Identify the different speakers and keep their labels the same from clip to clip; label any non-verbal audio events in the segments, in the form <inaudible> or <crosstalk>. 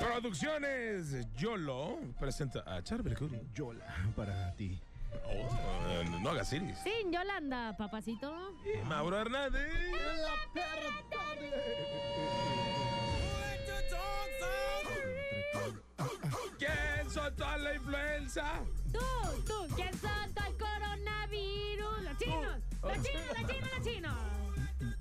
Speaker 1: Producciones YOLO presenta a Charlie Curry.
Speaker 2: Yola para ti.
Speaker 1: eh, no hagas iris.
Speaker 3: Sí, Yolanda, papacito.
Speaker 1: Y Mauro Hernández. ¿Quién soltó la influenza?
Speaker 3: Tú, tú, ¿quién soltó el coronavirus? Los chinos, los chinos, los chinos, los chinos.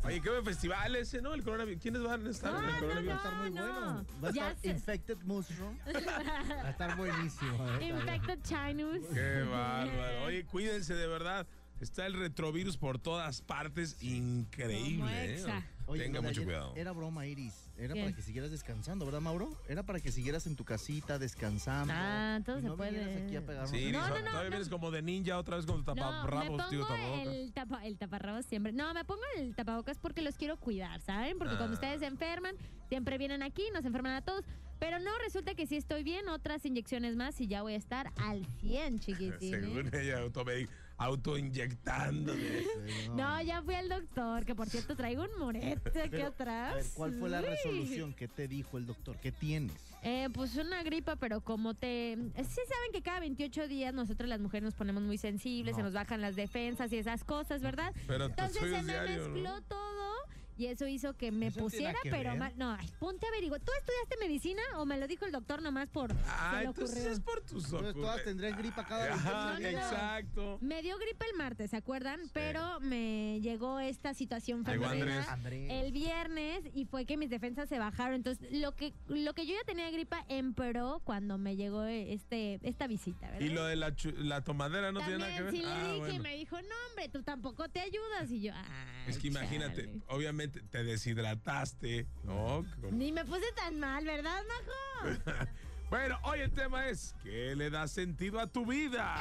Speaker 1: Oye, qué buen festival ese, ¿no? El coronavirus. ¿Quiénes van a estar en el
Speaker 3: Ah, No,
Speaker 1: coronavirus?
Speaker 2: Estar muy
Speaker 3: No,
Speaker 2: bueno.
Speaker 3: no.
Speaker 2: Va a
Speaker 3: Ya
Speaker 2: estar
Speaker 3: sé.
Speaker 2: Infected
Speaker 3: <laughs>
Speaker 2: Mushroom. Va a estar buenísimo. eh.
Speaker 3: Infected Chinese.
Speaker 1: Qué bárbaro. Oye, cuídense de verdad. Está el retrovirus por todas partes.
Speaker 3: Como
Speaker 1: Increíble.
Speaker 3: Exa.
Speaker 1: ¿eh?
Speaker 2: Oye,
Speaker 1: Tenga
Speaker 2: lo de
Speaker 1: mucho
Speaker 2: ayer
Speaker 1: cuidado.
Speaker 2: Era broma, Iris. Era
Speaker 3: ¿Qué?
Speaker 2: para que siguieras descansando, ¿verdad, Mauro? Era para que siguieras en tu casita descansando.
Speaker 3: Ah, todo
Speaker 2: Y
Speaker 3: se
Speaker 2: no
Speaker 3: puede.
Speaker 2: vinieras aquí a pegarnos.
Speaker 1: Sí,
Speaker 3: No,
Speaker 1: Iris,
Speaker 3: no, no,
Speaker 1: todavía
Speaker 3: no.
Speaker 1: vienes como de ninja otra vez con tu
Speaker 3: No, me
Speaker 1: taparrabos, tío,
Speaker 3: pongo
Speaker 1: tapabocas. <laughs>
Speaker 3: el, tapa, el taparrabos siempre. No, me pongo el tapabocas porque los quiero cuidar, ¿saben? Porque cuando
Speaker 1: Ah.
Speaker 3: ustedes se enferman, siempre vienen aquí, nos enferman a todos. Pero no, resulta que sí estoy bien, otras inyecciones más y ya voy a estar al 100, chiquitín. ¿eh?
Speaker 1: Según ella, autome- autoinyectándome.
Speaker 2: Sí,
Speaker 3: No, ya fui al doctor, que por cierto traigo un morete aquí
Speaker 2: Pero,
Speaker 3: atrás.
Speaker 2: A ver, ¿cuál fue la
Speaker 3: Uy.
Speaker 2: resolución que te dijo el doctor? ¿Qué tienes?
Speaker 3: Eh, pues una gripa, pero como te... Sí saben que cada 28 días nosotros las mujeres nos ponemos muy sensibles, se
Speaker 2: No.
Speaker 3: nos bajan las defensas y esas cosas, ¿verdad?
Speaker 1: Pero te
Speaker 3: Entonces
Speaker 1: subes
Speaker 3: se me
Speaker 1: diario, ¿no?
Speaker 3: mezcló todo y eso hizo que me
Speaker 2: Eso tiene
Speaker 3: pusiera,
Speaker 2: nada que
Speaker 3: pero
Speaker 2: ver.
Speaker 3: mal... No, ay, ponte a averiguar. ¿Tú estudiaste medicina o me lo dijo el doctor nomás por... se
Speaker 1: Ah,
Speaker 3: le
Speaker 1: entonces
Speaker 3: ocurrió?
Speaker 1: es por tus ojos.
Speaker 2: Entonces todas tendrían gripa cada vez.
Speaker 1: Ajá,
Speaker 3: No, no,
Speaker 1: <laughs>
Speaker 3: no.
Speaker 1: Ah, exacto.
Speaker 3: Me dio gripa el martes, ¿se acuerdan? Pero me llegó esta situación
Speaker 1: Llegó
Speaker 3: femenina
Speaker 1: Andrés.
Speaker 3: el viernes y fue que mis defensas se bajaron. Entonces, lo que, lo que yo ya tenía gripa empeoró cuando me llegó este, esta visita, ¿verdad?
Speaker 1: Y lo de la, chu- la tomadera no
Speaker 3: También
Speaker 1: tiene nada que ver.
Speaker 3: sí le
Speaker 1: Ah,
Speaker 3: dije,
Speaker 1: bueno.
Speaker 3: me dijo, no, hombre, tú tampoco te ayudas. Y yo, ay,
Speaker 1: Es que imagínate,
Speaker 3: chale.
Speaker 1: obviamente te deshidrataste, ¿no? Con-
Speaker 3: Ni me puse tan mal, ¿verdad, Majo?
Speaker 1: Bueno, hoy el tema es, ¿qué le da sentido a tu vida?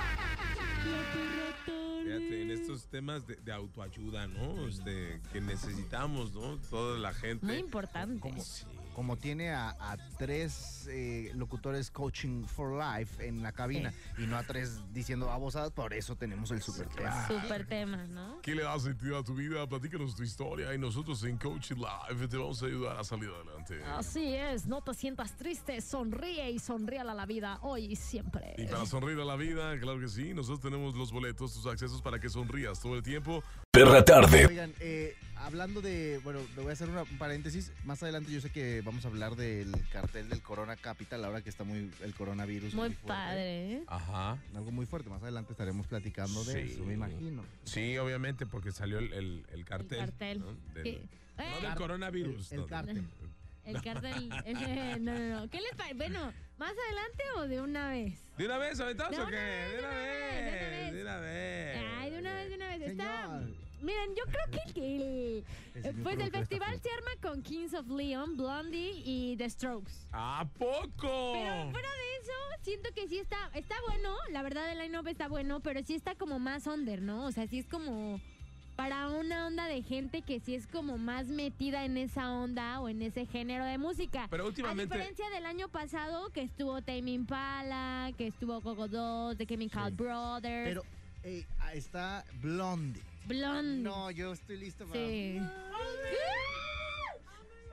Speaker 1: Fíjate, en estos temas de, de autoayuda, ¿no? Este, que necesitamos, ¿no? Toda la gente.
Speaker 3: Muy importante.
Speaker 1: ¿Cómo? Sí.
Speaker 2: Como tiene a, a tres eh, locutores coaching for life en la cabina y no a tres diciendo babosadas, por eso tenemos el super tema.
Speaker 3: Súper tema, ¿no?
Speaker 1: ¿Qué le da sentido a tu vida? Platícanos tu historia y nosotros en Coaching Live te vamos a ayudar a salir adelante.
Speaker 3: Así es, no te sientas triste, sonríe y sonríala la vida hoy y siempre.
Speaker 1: Y para sonreír a la vida, claro que sí, nosotros tenemos los boletos, tus accesos para que sonrías todo el tiempo.
Speaker 4: Perra Tarde.
Speaker 2: Oigan, eh, hablando de, bueno, me voy a hacer una- un paréntesis. Más adelante yo sé que vamos a hablar del cartel del Corona Capital, ahora que está muy el coronavirus.
Speaker 3: Muy
Speaker 2: fuerte.
Speaker 3: padre. ¿eh?
Speaker 1: Ajá.
Speaker 2: Algo muy fuerte, más adelante estaremos platicando de
Speaker 1: Sí.
Speaker 2: eso, me imagino.
Speaker 1: Sí, obviamente, porque salió el, el- el cartel.
Speaker 3: cartel.
Speaker 1: ¿no? Del-
Speaker 3: ¿Qué?
Speaker 1: no
Speaker 3: Eh,
Speaker 1: del coronavirus.
Speaker 2: El- el
Speaker 1: no, del-
Speaker 3: <laughs>
Speaker 2: cartel.
Speaker 3: El cartel. eh, <laughs> no, no, no. ¿Qué les parece? Bueno, ¿más adelante o de una vez?
Speaker 1: ¿De una vez aventamos
Speaker 3: De
Speaker 1: o qué?
Speaker 3: una
Speaker 1: De
Speaker 3: vez,
Speaker 1: una vez,
Speaker 3: de
Speaker 1: de una vez.
Speaker 3: Ay, de una vez, de una vez. Está.
Speaker 2: Señor.
Speaker 3: Miren, yo creo que- que el-
Speaker 2: El
Speaker 3: eh,
Speaker 2: señor
Speaker 3: pues el
Speaker 2: productor está
Speaker 3: festival
Speaker 2: fuerte.
Speaker 3: se arma con Kings of Leon, Blondie y The Strokes.
Speaker 1: ¿A poco?
Speaker 3: Pero fuera de eso, siento que sí está, está bueno, la verdad el line-up está bueno, pero sí está como más under, ¿no? O sea, sí es como para una onda de gente que sí es como más metida en esa onda o en ese género de música.
Speaker 1: Pero
Speaker 3: A
Speaker 1: últimamente.
Speaker 3: diferencia del año pasado que estuvo Tame Impala, que estuvo Coco 2, The Chemical
Speaker 2: Sí.
Speaker 3: Brothers,
Speaker 2: Pero eh, ah, está Blondie.
Speaker 3: Blondie.
Speaker 2: No, yo estoy listo para...
Speaker 3: Mm. Sí. ¡Ah!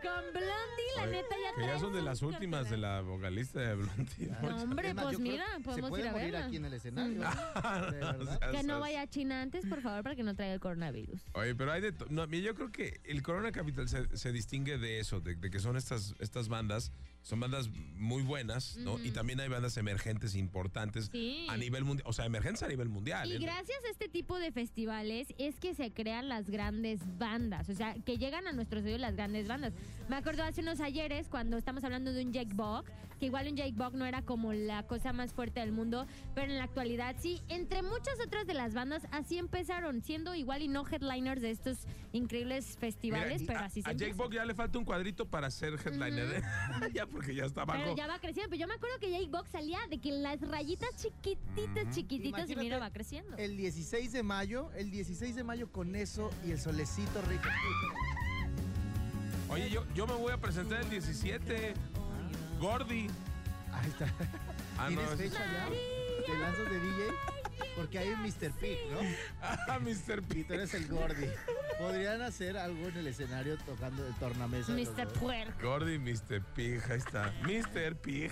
Speaker 3: Con Blondie, la
Speaker 1: Oye,
Speaker 3: neta ya
Speaker 1: Que ya
Speaker 3: traen
Speaker 1: son de
Speaker 3: sus
Speaker 1: las últimas de
Speaker 3: carteras.
Speaker 1: la vocalista
Speaker 3: <laughs>
Speaker 1: de Blondie.
Speaker 2: Ya.
Speaker 3: No, hombre,
Speaker 2: Es más,
Speaker 3: pues
Speaker 2: yo creo
Speaker 3: mira,
Speaker 2: que
Speaker 3: podemos
Speaker 2: Se puede
Speaker 3: ir a
Speaker 2: morir
Speaker 3: verla.
Speaker 2: aquí en el escenario. Ah. ¿De verdad?
Speaker 1: O sea,
Speaker 3: Que no
Speaker 1: ¿sabes?
Speaker 3: vaya a China antes, por favor, para que no traiga el coronavirus.
Speaker 1: <laughs> Oye, pero hay de to- no, mira, yo creo que el Corona Capital se, se distingue de eso, de, de que son estas, estas bandas Son bandas muy buenas, ¿no?
Speaker 5: Ujú.
Speaker 1: Y también hay bandas emergentes importantes
Speaker 5: Sí.
Speaker 1: a nivel mundial. O sea, emergentes a nivel mundial.
Speaker 5: Y
Speaker 1: ¿eh?
Speaker 5: gracias a este tipo de festivales es que se crean las grandes bandas, o sea, que llegan a nuestros oídos las grandes bandas. Me acuerdo hace unos ayeres cuando estamos hablando de un Jake Bock, que igual un Jake Bock no era como la cosa más fuerte del mundo, pero en la actualidad sí, entre muchas otras de las bandas así empezaron, siendo igual y no headliners de estos increíbles
Speaker 1: Mira,
Speaker 5: festivales,
Speaker 1: y
Speaker 5: pero
Speaker 1: a,
Speaker 5: así se
Speaker 1: a Jake
Speaker 5: empieza.
Speaker 1: Bock ya le falta un cuadrito para ser headliner. ¿eh? <laughs> ya porque ya está
Speaker 5: Pero
Speaker 1: bajo.
Speaker 5: ya va creciendo, pero yo me acuerdo que Jake Bock salía de que las rayitas chiquititas, chiquititas, y
Speaker 2: Imagínate
Speaker 5: mira, va creciendo.
Speaker 2: El 16 de mayo, el 16 de mayo con eso y el solecito rico.
Speaker 1: Oye, yo, yo me voy a presentar el 17. Gordy.
Speaker 2: Ahí está.
Speaker 1: Ah, no.
Speaker 2: ¿Tienes
Speaker 1: es-
Speaker 2: fecha ya? ¿Te lanzas de DJ? Porque hay un Mr. Pig, ¿no?
Speaker 1: <laughs> Ah, Mr.
Speaker 2: Y
Speaker 1: Pete.
Speaker 2: tú eres el Gordy. ¿Podrían hacer algo en el escenario tocando el tornamesa? los
Speaker 5: Mr.
Speaker 2: dos?
Speaker 5: Puerco.
Speaker 1: Gordy, Mr. Pig, ahí está. Mr. Pig.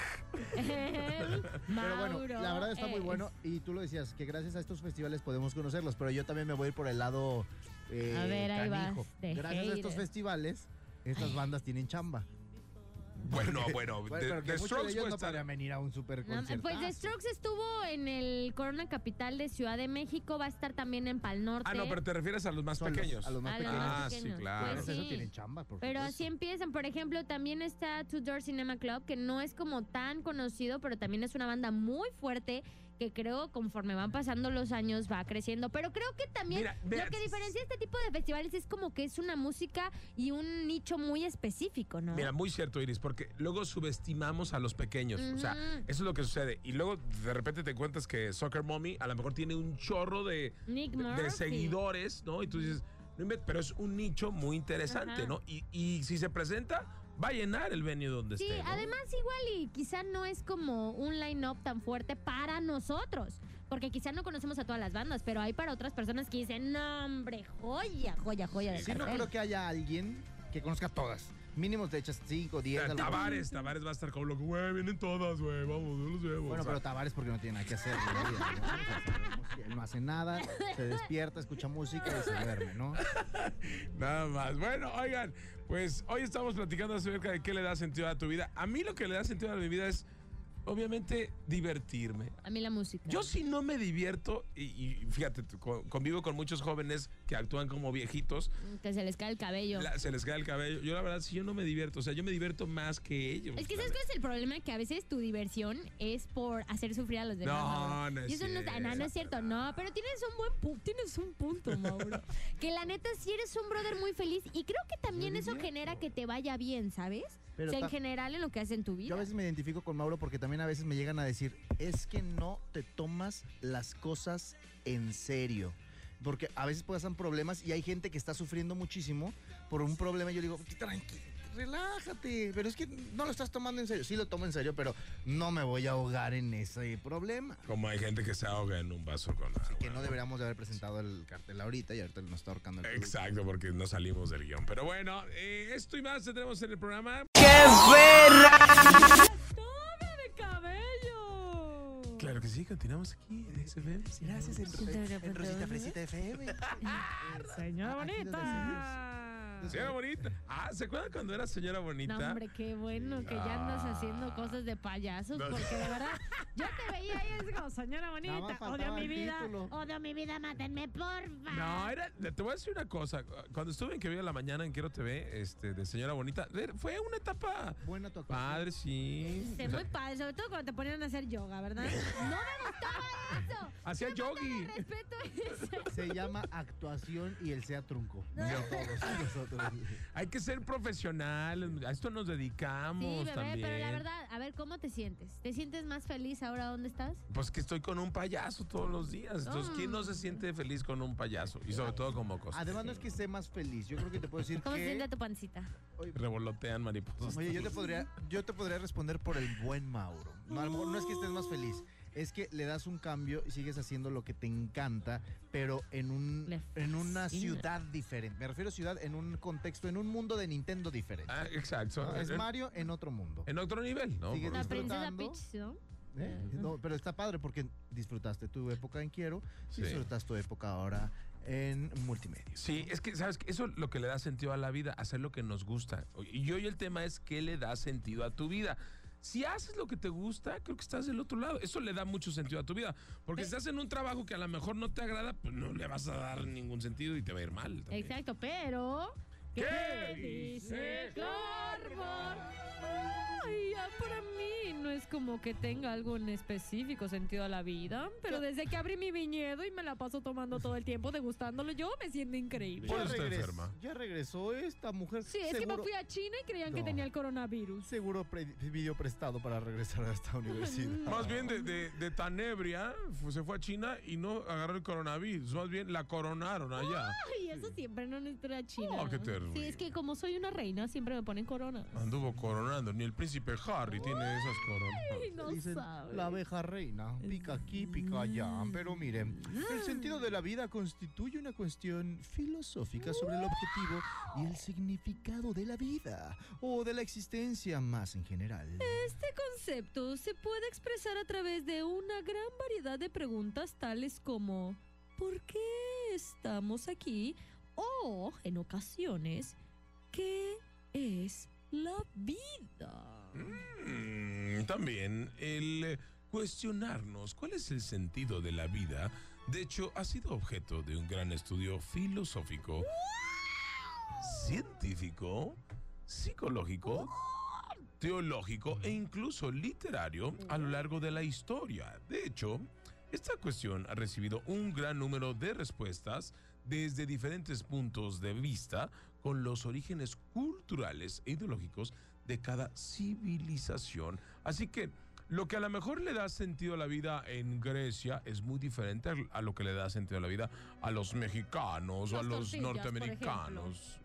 Speaker 2: Pero bueno, la verdad está muy
Speaker 5: Eh, es-
Speaker 2: bueno. Y tú lo decías, que gracias a estos festivales podemos conocerlos. Pero yo también me voy a ir por el lado. eh,
Speaker 5: A ver, ahí vas,
Speaker 2: canijo.
Speaker 5: de
Speaker 2: Gracias a estos
Speaker 5: hater.
Speaker 2: festivales, estas bandas tienen chamba. <laughs>
Speaker 1: Bueno, bueno,
Speaker 2: Bueno,
Speaker 1: The,
Speaker 2: pero que
Speaker 1: The
Speaker 2: muchos de
Speaker 1: Strokes
Speaker 2: ellos
Speaker 1: puede
Speaker 2: no
Speaker 1: estar-
Speaker 2: podrían venir a un Ah, super
Speaker 5: No,
Speaker 2: concierto.
Speaker 5: pues The Strokes estuvo en el Corona Capital de Ciudad de México, va a estar también en Pal Norte.
Speaker 1: Ah, no, pero te refieres a los más
Speaker 2: Son los-
Speaker 1: pequeños.
Speaker 2: a los más
Speaker 5: A los
Speaker 2: pequeños.
Speaker 5: más
Speaker 1: Ah, sí, pues
Speaker 5: pequeños.
Speaker 1: claro.
Speaker 5: Pues
Speaker 2: Gracias a eso
Speaker 5: sí.
Speaker 2: tienen chamba, por
Speaker 5: Pero
Speaker 2: supuesto.
Speaker 5: así empiezan. Por ejemplo, también está Two Door Cinema Club, que no es como tan conocido, pero también es una banda muy fuerte que creo conforme van pasando los años va creciendo. Pero creo que también
Speaker 1: Mira, mira,
Speaker 5: lo que diferencia este tipo de festivales es como que es una música y un nicho muy específico, ¿no?
Speaker 1: Mira, muy cierto, Iris, porque luego subestimamos a los pequeños. O sea,
Speaker 5: Ujú.
Speaker 1: eso es lo que sucede. Y luego de repente te cuentas que Soccer Mommy a lo mejor tiene un chorro de,
Speaker 5: Nick
Speaker 1: de- de
Speaker 5: Murphy.
Speaker 1: seguidores, ¿no? Y tú dices, "No inventes", pero es un nicho muy interesante,
Speaker 5: Ajá.
Speaker 1: ¿no? Y, y si se presenta, va a llenar el venue donde
Speaker 5: Sí,
Speaker 1: esté. este, ¿no?
Speaker 5: además igual y quizá no es como un line-up tan fuerte para nosotros, porque quizá no conocemos a todas las bandas, pero hay para otras personas que dicen, no hombre, joya, joya, joya de
Speaker 2: Sí, no
Speaker 5: cartel".
Speaker 2: creo que haya alguien que conozca todas. Mínimo te echas 5, 10.
Speaker 1: Eh, Tavares, Tavares va a estar como loco, güey, vienen todas, güey, vamos, yo los llevo.
Speaker 2: Bueno,
Speaker 1: O sea,
Speaker 2: pero Tavares porque no tiene nada que hacer. en la vida, ¿no? O sea, Él no hace nada, se despierta, escucha música y se duerme, ¿no?
Speaker 1: Nada más. Bueno, oigan, pues hoy estamos platicando acerca de qué le da sentido a tu vida. A mí lo que le da sentido a mi vida es, obviamente, divertirme.
Speaker 5: A mí la música.
Speaker 1: Yo si no me divierto, y, y fíjate, tú, co- convivo con muchos jóvenes que actúan como viejitos,
Speaker 5: Que se les cae el cabello.
Speaker 1: la- se les cae el cabello. Yo la verdad, si yo no me divierto, o sea, yo me divierto más que ellos.
Speaker 5: Es que
Speaker 1: la
Speaker 5: ¿sabes cuál es el problema? Que a veces tu diversión es por hacer sufrir a los demás.
Speaker 1: No,
Speaker 5: Mauro.
Speaker 1: no es
Speaker 5: Y eso no, ah, no, no es cierto, no, pero tienes un buen pu- tienes un punto,
Speaker 1: <laughs>
Speaker 5: Mauro. que la neta sí eres un brother muy feliz y creo que también eso genera que te vaya bien, ¿sabes?
Speaker 2: Pero
Speaker 5: o sea, en
Speaker 2: ta-
Speaker 5: general en lo que haces en tu vida.
Speaker 2: Yo a veces me identifico con Mauro porque también a veces me llegan a decir, es que no te tomas las cosas en serio. Porque a veces pasan problemas y hay gente que está sufriendo muchísimo por un problema. y Yo digo, tranqui, relájate, pero es que no lo estás tomando en serio. Sí lo tomo en serio, pero no me voy a ahogar en ese problema.
Speaker 1: verdad. Como hay gente que se ahoga en un vaso con agua.
Speaker 2: Que no deberíamos de haber presentado el cartel ahorita y ahorita nos está ahorcando el
Speaker 1: Exacto, porque no salimos del guión. Pero bueno, eh, esto y más tendremos en el programa.
Speaker 5: ¡Toma de cabello!
Speaker 1: Claro que sí, continuamos aquí en XFM.
Speaker 2: Gracias, en, en Rosita Fresita <laughs> FM.
Speaker 5: Señora
Speaker 2: Ah, Aquí desde
Speaker 5: bonita.
Speaker 1: Señora bonita. Ah, ¿se acuerdan cuando era señora bonita?
Speaker 5: No, hombre, qué bueno que ya andas
Speaker 1: Ah.
Speaker 5: haciendo cosas de payasos, porque de verdad, yo te veía y es como, señora
Speaker 2: Nada más
Speaker 5: bonita, odio
Speaker 2: faltaba
Speaker 5: mi
Speaker 2: el
Speaker 5: vida,
Speaker 2: título.
Speaker 5: odio mi vida, mátenme, porfa.
Speaker 1: No, era, te voy a decir una cosa. Cuando estuve en Que Viva la Mañana en Quiero TV, este, de Señora Bonita, de- fue una etapa
Speaker 2: Buena tu actuación.
Speaker 1: padre, sí.
Speaker 5: Se
Speaker 1: O sea,
Speaker 5: muy padre, sobre todo cuando te ponían a hacer yoga, ¿verdad?
Speaker 1: <laughs>
Speaker 5: No me gustaba eso.
Speaker 1: Hacía
Speaker 5: Te
Speaker 1: yogi.
Speaker 5: respeto eso.
Speaker 2: Se llama actuación y el sea trunco.
Speaker 1: No.
Speaker 2: No todos nosotros.
Speaker 1: Hay que ser profesional. A esto nos
Speaker 5: Sí,
Speaker 1: dedicamos
Speaker 5: bebé,
Speaker 1: también.
Speaker 5: pero la verdad, a ver, ¿cómo te sientes? ¿Te sientes más feliz ahora dónde estás?
Speaker 1: Pues que estoy con un payaso todos los días. Entonces, ¿quién
Speaker 5: Ah.
Speaker 1: no se siente feliz con un payaso? Y sobre todo con mocos.
Speaker 2: Además no es que esté más feliz. Yo creo que te puedo decir
Speaker 5: ¿Cómo se siente
Speaker 2: que.
Speaker 5: tu pancita?
Speaker 1: Revolotean mariposas.
Speaker 2: Oye, yo te podría, yo te podría responder por el buen Mauro. No, a lo mejor no es que estés más feliz. Es que le das un cambio y sigues haciendo lo que te encanta, pero en
Speaker 5: Le
Speaker 2: un en una
Speaker 5: fascina.
Speaker 2: ciudad diferente. Me refiero a ciudad en un contexto, en un mundo de Nintendo diferente.
Speaker 1: Ah, exacto.
Speaker 2: ¿no? Es
Speaker 1: En-
Speaker 2: Mario en otro mundo.
Speaker 1: En otro nivel, ¿no? pues,
Speaker 2: Sigue
Speaker 1: Por-
Speaker 5: La
Speaker 2: disfrutando.
Speaker 5: princesa Peach, ¿no?
Speaker 2: ¿Eh? No, pero está padre porque disfrutaste tu época en Quiero,
Speaker 1: Sí.
Speaker 2: disfrutaste tu época ahora en multimedia.
Speaker 1: Sí, es que, ¿sabes? qué? Eso es lo que le da sentido a la vida, hacer lo que nos gusta. Y hoy el tema es qué le da sentido a tu vida. Si haces lo que te gusta, creo que estás del otro lado. Eso le da mucho sentido a tu vida. Porque si estás en un trabajo que a lo mejor no te agrada, pues no le vas a dar ningún sentido y te va a ir mal. también.
Speaker 5: Exacto, pero.
Speaker 1: ¿Qué dice
Speaker 5: Carbón? Ay, ya para mí no es como que tenga algo en específico sentido a la vida, pero desde que abrí mi viñedo y me la paso tomando todo el tiempo, degustándolo, yo me siento increíble.
Speaker 1: Por eso está
Speaker 2: regres-
Speaker 1: enferma.
Speaker 2: ya regresó esta mujer.
Speaker 5: Sí, es que me fui a China y creían que
Speaker 2: No.
Speaker 5: tenía el coronavirus.
Speaker 2: Seguro pre- video prestado para regresar a
Speaker 5: <laughs>
Speaker 2: esta universidad.
Speaker 1: Más bien de, de, de tan ebria, fu- se fue a China y no agarró el coronavirus. Más bien la coronaron allá.
Speaker 5: <laughs> Ay, eso siempre no necesita China.
Speaker 1: Oh, qué terrible.
Speaker 5: Sí, es que como soy una reina, siempre me ponen corona. <laughs>
Speaker 1: Anduvo coronando. Ni el príncipe Harry tiene esas
Speaker 5: Ay,
Speaker 1: coronas.
Speaker 5: no
Speaker 2: Dicen,
Speaker 5: sabes.
Speaker 2: la abeja reina, pica aquí, pica allá.
Speaker 5: Mm.
Speaker 2: Pero miren, el sentido de la vida constituye una cuestión filosófica sobre el objetivo y el significado de la vida, o de la existencia más en general.
Speaker 5: Este concepto se puede expresar a través de una gran variedad de preguntas tales como ¿por qué estamos aquí? o en ocasiones ¿qué es la vida?
Speaker 1: Mm, También el eh, cuestionarnos cuál es el sentido de la vida, de hecho, ha sido objeto de un gran estudio filosófico, científico, psicológico, teológico
Speaker 5: Mm.
Speaker 1: e incluso literario a lo largo de la historia. De hecho, esta cuestión ha recibido un gran número de respuestas desde diferentes puntos de vista con los orígenes culturales e ideológicos de cada civilización. Así que lo que a lo mejor le da sentido a la vida en Grecia es muy diferente al- a lo que le da sentido a la vida a los mexicanos o a
Speaker 5: Las
Speaker 1: los
Speaker 5: tortillas, por
Speaker 1: norteamericanos.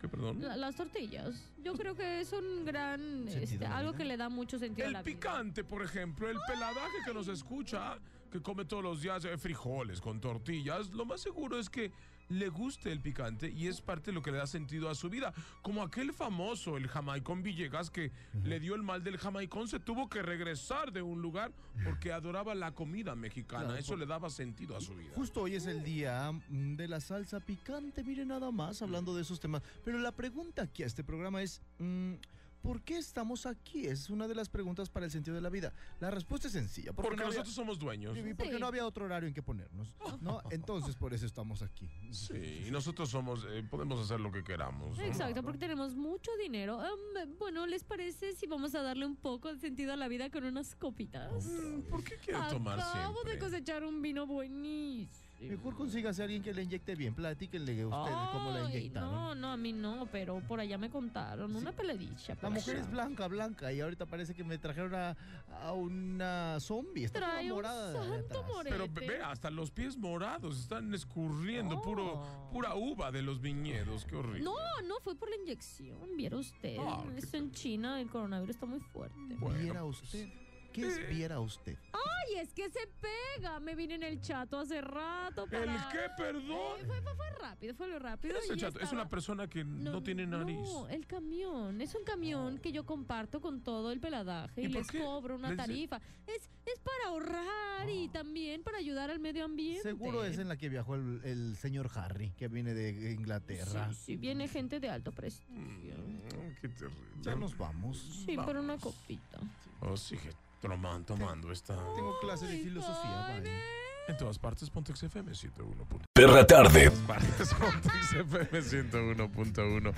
Speaker 1: ¿Qué perdón?
Speaker 5: La- las tortillas. Yo creo que es un gran
Speaker 2: Sentido
Speaker 5: este,
Speaker 2: de la
Speaker 5: algo
Speaker 2: vida.
Speaker 5: que le da mucho sentido a
Speaker 1: El
Speaker 5: la
Speaker 1: picante, por ejemplo, el peladaje que nos escucha, que come todos los días eh, frijoles con tortillas, lo más seguro es que le guste el picante y es parte de lo que le da sentido a su vida. Como aquel famoso, el jamaicón Villegas, que le dio el mal del jamaicón, se tuvo que regresar de un lugar porque adoraba la comida mexicana.
Speaker 2: Claro,
Speaker 1: Eso
Speaker 2: por-
Speaker 1: le daba sentido a su vida.
Speaker 2: Justo hoy es el día mm, de la salsa picante, mire nada más, hablando de esos temas. Pero la pregunta aquí a este programa es, mm, ¿por qué estamos aquí? Es una de las preguntas para el sentido de la vida. La respuesta es sencilla.
Speaker 1: Porque
Speaker 2: no había-
Speaker 1: nosotros somos dueños.
Speaker 2: Sí, porque
Speaker 5: Sí.
Speaker 2: no había otro horario en que ponernos.
Speaker 1: <laughs>
Speaker 2: ¿no? Entonces, por eso estamos aquí.
Speaker 1: Sí, y nosotros somos, eh, podemos hacer lo que queramos. ¿no?
Speaker 5: Exacto, porque tenemos mucho dinero. Em, bueno, ¿les parece si vamos a darle un poco de sentido a la vida con unas copitas?
Speaker 1: Mm, ¿Por qué quiere tomar
Speaker 5: Acabo
Speaker 1: siempre?
Speaker 5: de cosechar un vino buenísimo.
Speaker 2: Mejor consígase a alguien que le inyecte bien. Platíquenle a ustedes cómo la
Speaker 5: Ay,
Speaker 2: inyectaron.
Speaker 5: No, no, a mí no, pero por allá me contaron. Una peladilla.
Speaker 2: La
Speaker 5: por
Speaker 2: mujer
Speaker 5: allá.
Speaker 2: es blanca, blanca, y ahorita parece que me trajeron a, a una zombie. Está toda
Speaker 5: Trae un
Speaker 2: morada. de
Speaker 5: santo
Speaker 2: atrás.
Speaker 5: moreno.
Speaker 1: Pero ve, hasta los pies morados están escurriendo
Speaker 5: Oh.
Speaker 1: puro, pura uva de los viñedos. Qué horrible.
Speaker 5: No, no, fue por la inyección, viera usted.
Speaker 1: Ah, qué
Speaker 5: Eso en China, el coronavirus está muy fuerte.
Speaker 1: Bueno, Eh.
Speaker 2: Viera usted. ¿Qué es viera usted?
Speaker 5: Ay, es que se pega. Me vine en el chato hace rato.
Speaker 1: ¿El
Speaker 5: para-
Speaker 1: qué,
Speaker 5: Eh,
Speaker 1: perdón?
Speaker 5: fue, fue- fue rápido, fue lo rápido.
Speaker 1: Es, el
Speaker 5: y
Speaker 1: chato, es
Speaker 5: estaba-
Speaker 1: una persona que no, tiene nariz.
Speaker 5: No, el camión. Es un camión que yo comparto con todo el peladaje
Speaker 1: ¿Y
Speaker 5: y,
Speaker 1: por
Speaker 5: les
Speaker 1: qué?
Speaker 5: cobro una
Speaker 1: Les- Ah.
Speaker 5: tarifa. Es, es para ahorrar y también para ayudar al medio ambiente.
Speaker 2: Seguro es en la que viajó el, el señor Harry, que viene de Inglaterra.
Speaker 5: Sí, sí, viene gente de alto prestigio.
Speaker 1: Mm, qué terrible.
Speaker 2: Ya nos vamos.
Speaker 5: Sí, pero una copita.
Speaker 1: Oh, sigue toman- tomando esta.
Speaker 2: Tengo clase de
Speaker 5: Ay,
Speaker 2: filosofía.
Speaker 5: Jaime.
Speaker 2: bye. Eh,
Speaker 1: En todas partes, Pontex FM 101.1.
Speaker 4: Perra tarde.
Speaker 1: partes, <laughs> Pontex FM 101.1.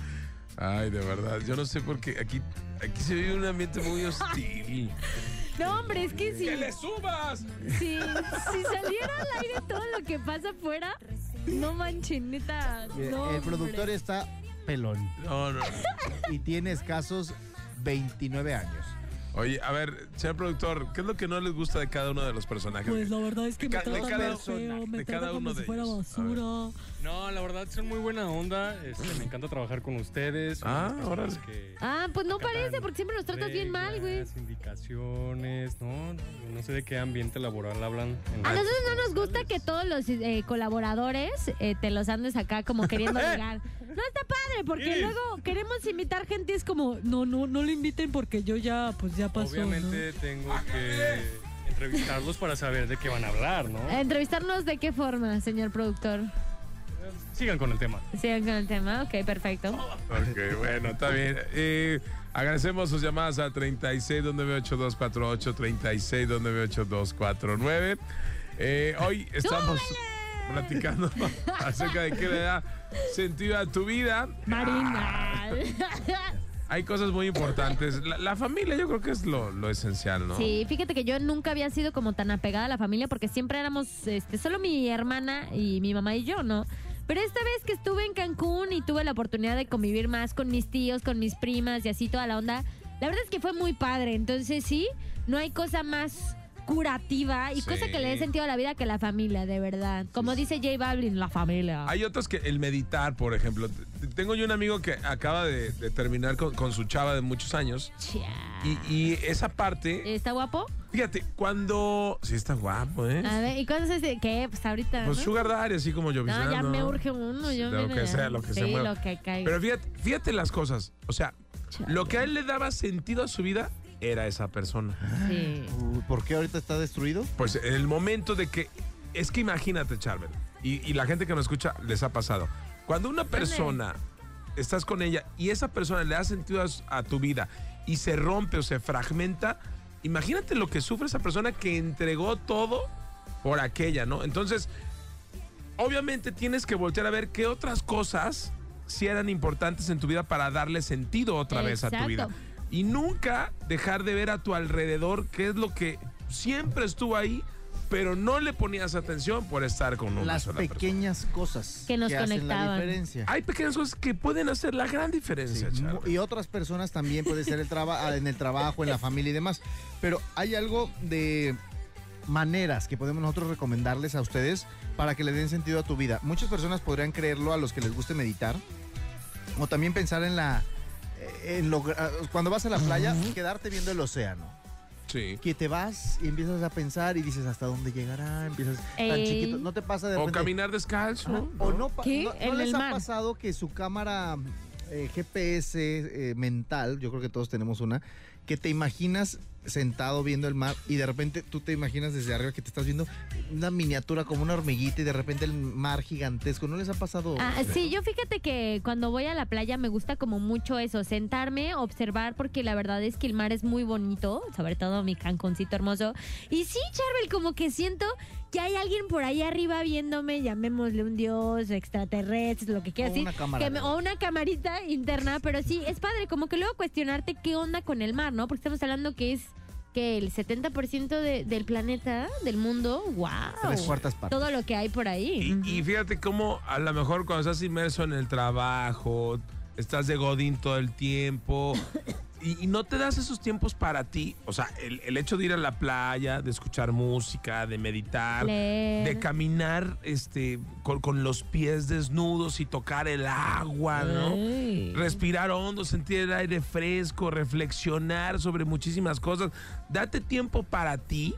Speaker 1: Ay, de verdad, yo no sé por qué. Aquí, aquí se vive un ambiente muy hostil.
Speaker 5: No, hombre, es que sí.
Speaker 1: ¡Que le subas!
Speaker 5: Sí, si saliera al aire todo lo que pasa afuera, no manchen, neta.
Speaker 2: Mire,
Speaker 5: no,
Speaker 2: Eh, el productor
Speaker 5: hombre.
Speaker 2: está pelón.
Speaker 1: No, no.
Speaker 2: y tiene escasos 29 años.
Speaker 1: Oye, a ver, señor productor, ¿qué es lo que no les gusta de cada uno de los personajes?
Speaker 6: Pues la verdad es que
Speaker 1: De
Speaker 6: me
Speaker 1: ca- de
Speaker 6: tratan
Speaker 1: cada
Speaker 6: bien
Speaker 1: persona,
Speaker 6: feo,
Speaker 1: de
Speaker 6: me
Speaker 1: cada
Speaker 6: tratan
Speaker 1: uno
Speaker 6: como
Speaker 1: de
Speaker 6: si fuera
Speaker 1: ellos. A ver.
Speaker 6: basura.
Speaker 7: No, la verdad son muy buena onda. este, me encanta trabajar con ustedes.
Speaker 1: Ah,
Speaker 7: Son unas personas que
Speaker 5: Ah, pues no
Speaker 7: Cantan
Speaker 5: parece, porque siempre nos tratas bien mal, güey.
Speaker 7: reglas, indicaciones, no, no sé de qué ambiente laboral hablan. en
Speaker 5: A
Speaker 7: redes
Speaker 5: nosotros no nos gusta
Speaker 7: sociales.
Speaker 5: que todos los eh, colaboradores eh, te los andes
Speaker 7: <laughs>
Speaker 5: acá como queriendo llegar. No está padre, porque
Speaker 7: Sí.
Speaker 5: luego queremos invitar gente y es como...
Speaker 6: No, no, no lo inviten porque yo ya, pues ya pasó. ¿no?
Speaker 7: Obviamente tengo que
Speaker 5: Eh.
Speaker 7: entrevistarlos para saber de qué van a hablar, ¿no?
Speaker 5: ¿Entrevistarnos de qué forma, señor productor?
Speaker 7: Sigan con el tema.
Speaker 5: Sigan con el tema, ok, perfecto.
Speaker 7: Oh.
Speaker 1: Ok, bueno, está
Speaker 6: <laughs>
Speaker 1: bien. Eh, agradecemos sus llamadas a 36 248 36 249 eh,
Speaker 6: <laughs>
Speaker 1: Hoy estamos platicando <laughs> acerca de qué le da sentido a tu vida.
Speaker 5: Marina. <laughs>
Speaker 1: Hay cosas muy importantes. La, la familia yo creo que es lo, lo esencial, ¿no?
Speaker 5: Sí, fíjate que yo nunca había sido como tan apegada a la familia porque siempre éramos este, solo mi hermana y mi mamá y yo, ¿no? Pero esta vez que estuve en Cancún y tuve la oportunidad de convivir más con mis tíos, con mis primas y así toda la onda, la verdad es que fue muy padre. Entonces sí, no hay cosa más curativa y
Speaker 1: Sí.
Speaker 5: cosa que le dé sentido a la vida que la familia, de verdad. Como dice J Balvin, la familia.
Speaker 1: Hay otros que el meditar, por ejemplo. T- Tengo yo un amigo que acaba de, de terminar con, con su chava de muchos años
Speaker 5: Chia.
Speaker 1: y, y esa parte,
Speaker 5: ¿Está guapo?
Speaker 1: fíjate, cuando... Sí, está guapo, ¿eh?
Speaker 5: A ver, ¿y cuándo se dice? ¿Qué? Pues ahorita.
Speaker 1: Pues
Speaker 5: Ah, ¿no?
Speaker 1: Sugar pues Daddy, así como yo.
Speaker 5: No, ya me urge uno. Yo
Speaker 1: lo
Speaker 5: mira,
Speaker 1: que sea, lo que se
Speaker 5: sí,
Speaker 1: mueva.
Speaker 5: lo que caiga.
Speaker 1: Pero fíjate, fíjate las cosas. O sea,
Speaker 5: Chale.
Speaker 1: lo que a él le daba sentido a su vida era esa persona.
Speaker 5: Sí.
Speaker 2: Uh, ¿Por qué ahorita está destruido?
Speaker 1: Pues en el momento de que. Es que imagínate, Charvel. Y, y la gente que nos escucha les ha pasado. Cuando una persona estás con ella y esa persona le da sentido a, su- a tu vida y se rompe o se fragmenta, imagínate lo que sufre esa persona que entregó todo por aquella, ¿no? Entonces, obviamente tienes que voltear a ver qué otras cosas sí eran importantes en tu vida para darle sentido otra vez a tu vida.
Speaker 5: Exacto.
Speaker 1: Y nunca dejar de ver a tu alrededor qué es lo que siempre estuvo ahí, pero no le ponías atención por estar con una
Speaker 2: Las
Speaker 1: sola persona.
Speaker 2: pequeñas cosas
Speaker 5: Que nos
Speaker 2: hacen la
Speaker 5: conectaban.
Speaker 2: diferencia.
Speaker 1: Hay pequeñas cosas que pueden hacer la gran
Speaker 2: Sí,
Speaker 1: diferencia, Charlie.
Speaker 2: mu- y otras personas también puede ser el traba- ah, en el trabajo, en la familia y demás. Pero hay algo de maneras que podemos nosotros recomendarles a ustedes para que le den sentido a tu vida. Muchas personas podrían creerlo a los que les guste meditar o también pensar en la en lo- ah, cuando vas a la playa quedarte viendo el océano.
Speaker 1: Sí.
Speaker 2: Que te vas y empiezas a pensar y dices hasta dónde llegará, empiezas tan
Speaker 5: Ey.
Speaker 2: chiquito, no te pasa de
Speaker 1: O
Speaker 2: repente.
Speaker 1: caminar descalzo.
Speaker 2: Ajá. ¿O no, pa-
Speaker 5: ¿Qué?
Speaker 2: no- no
Speaker 5: En
Speaker 2: les
Speaker 5: el
Speaker 2: ha
Speaker 5: mar.
Speaker 2: pasado que su cámara eh, GPS eh, mental, yo creo que todos tenemos una, que te imaginas sentado viendo el mar y de repente tú te imaginas desde arriba que te estás viendo una miniatura como una hormiguita y de repente el mar gigantesco? ¿No les ha pasado?
Speaker 5: Ah, sí, yo fíjate que cuando voy a la playa me gusta como mucho eso, sentarme, observar, porque la verdad es que el mar es muy bonito, sobre todo mi canconcito hermoso. Y sí, Charbel, como que siento que hay alguien por ahí arriba viéndome, llamémosle un dios, extraterrestres, lo que quieras
Speaker 2: O
Speaker 5: decir.
Speaker 2: una cámara,
Speaker 5: que me-
Speaker 2: ¿no?
Speaker 5: o una camarita interna, pero sí, es padre, como que luego cuestionarte qué onda con el mar, ¿no? Porque estamos hablando que es que el 70% de- del planeta, del mundo, wow.
Speaker 2: Tres cuartas partes.
Speaker 5: Todo lo que hay por ahí.
Speaker 1: Y, y fíjate cómo a lo mejor cuando estás inmerso en el trabajo, estás de godín todo el tiempo y, y no te das esos tiempos para ti. O sea, el, el hecho de ir a la playa, de escuchar música, de meditar,
Speaker 5: Leer.
Speaker 1: de caminar este, con, con los pies desnudos y tocar el agua, ¿no?
Speaker 5: Ay.
Speaker 1: Respirar hondo, sentir el aire fresco, reflexionar sobre muchísimas cosas. Date tiempo para ti.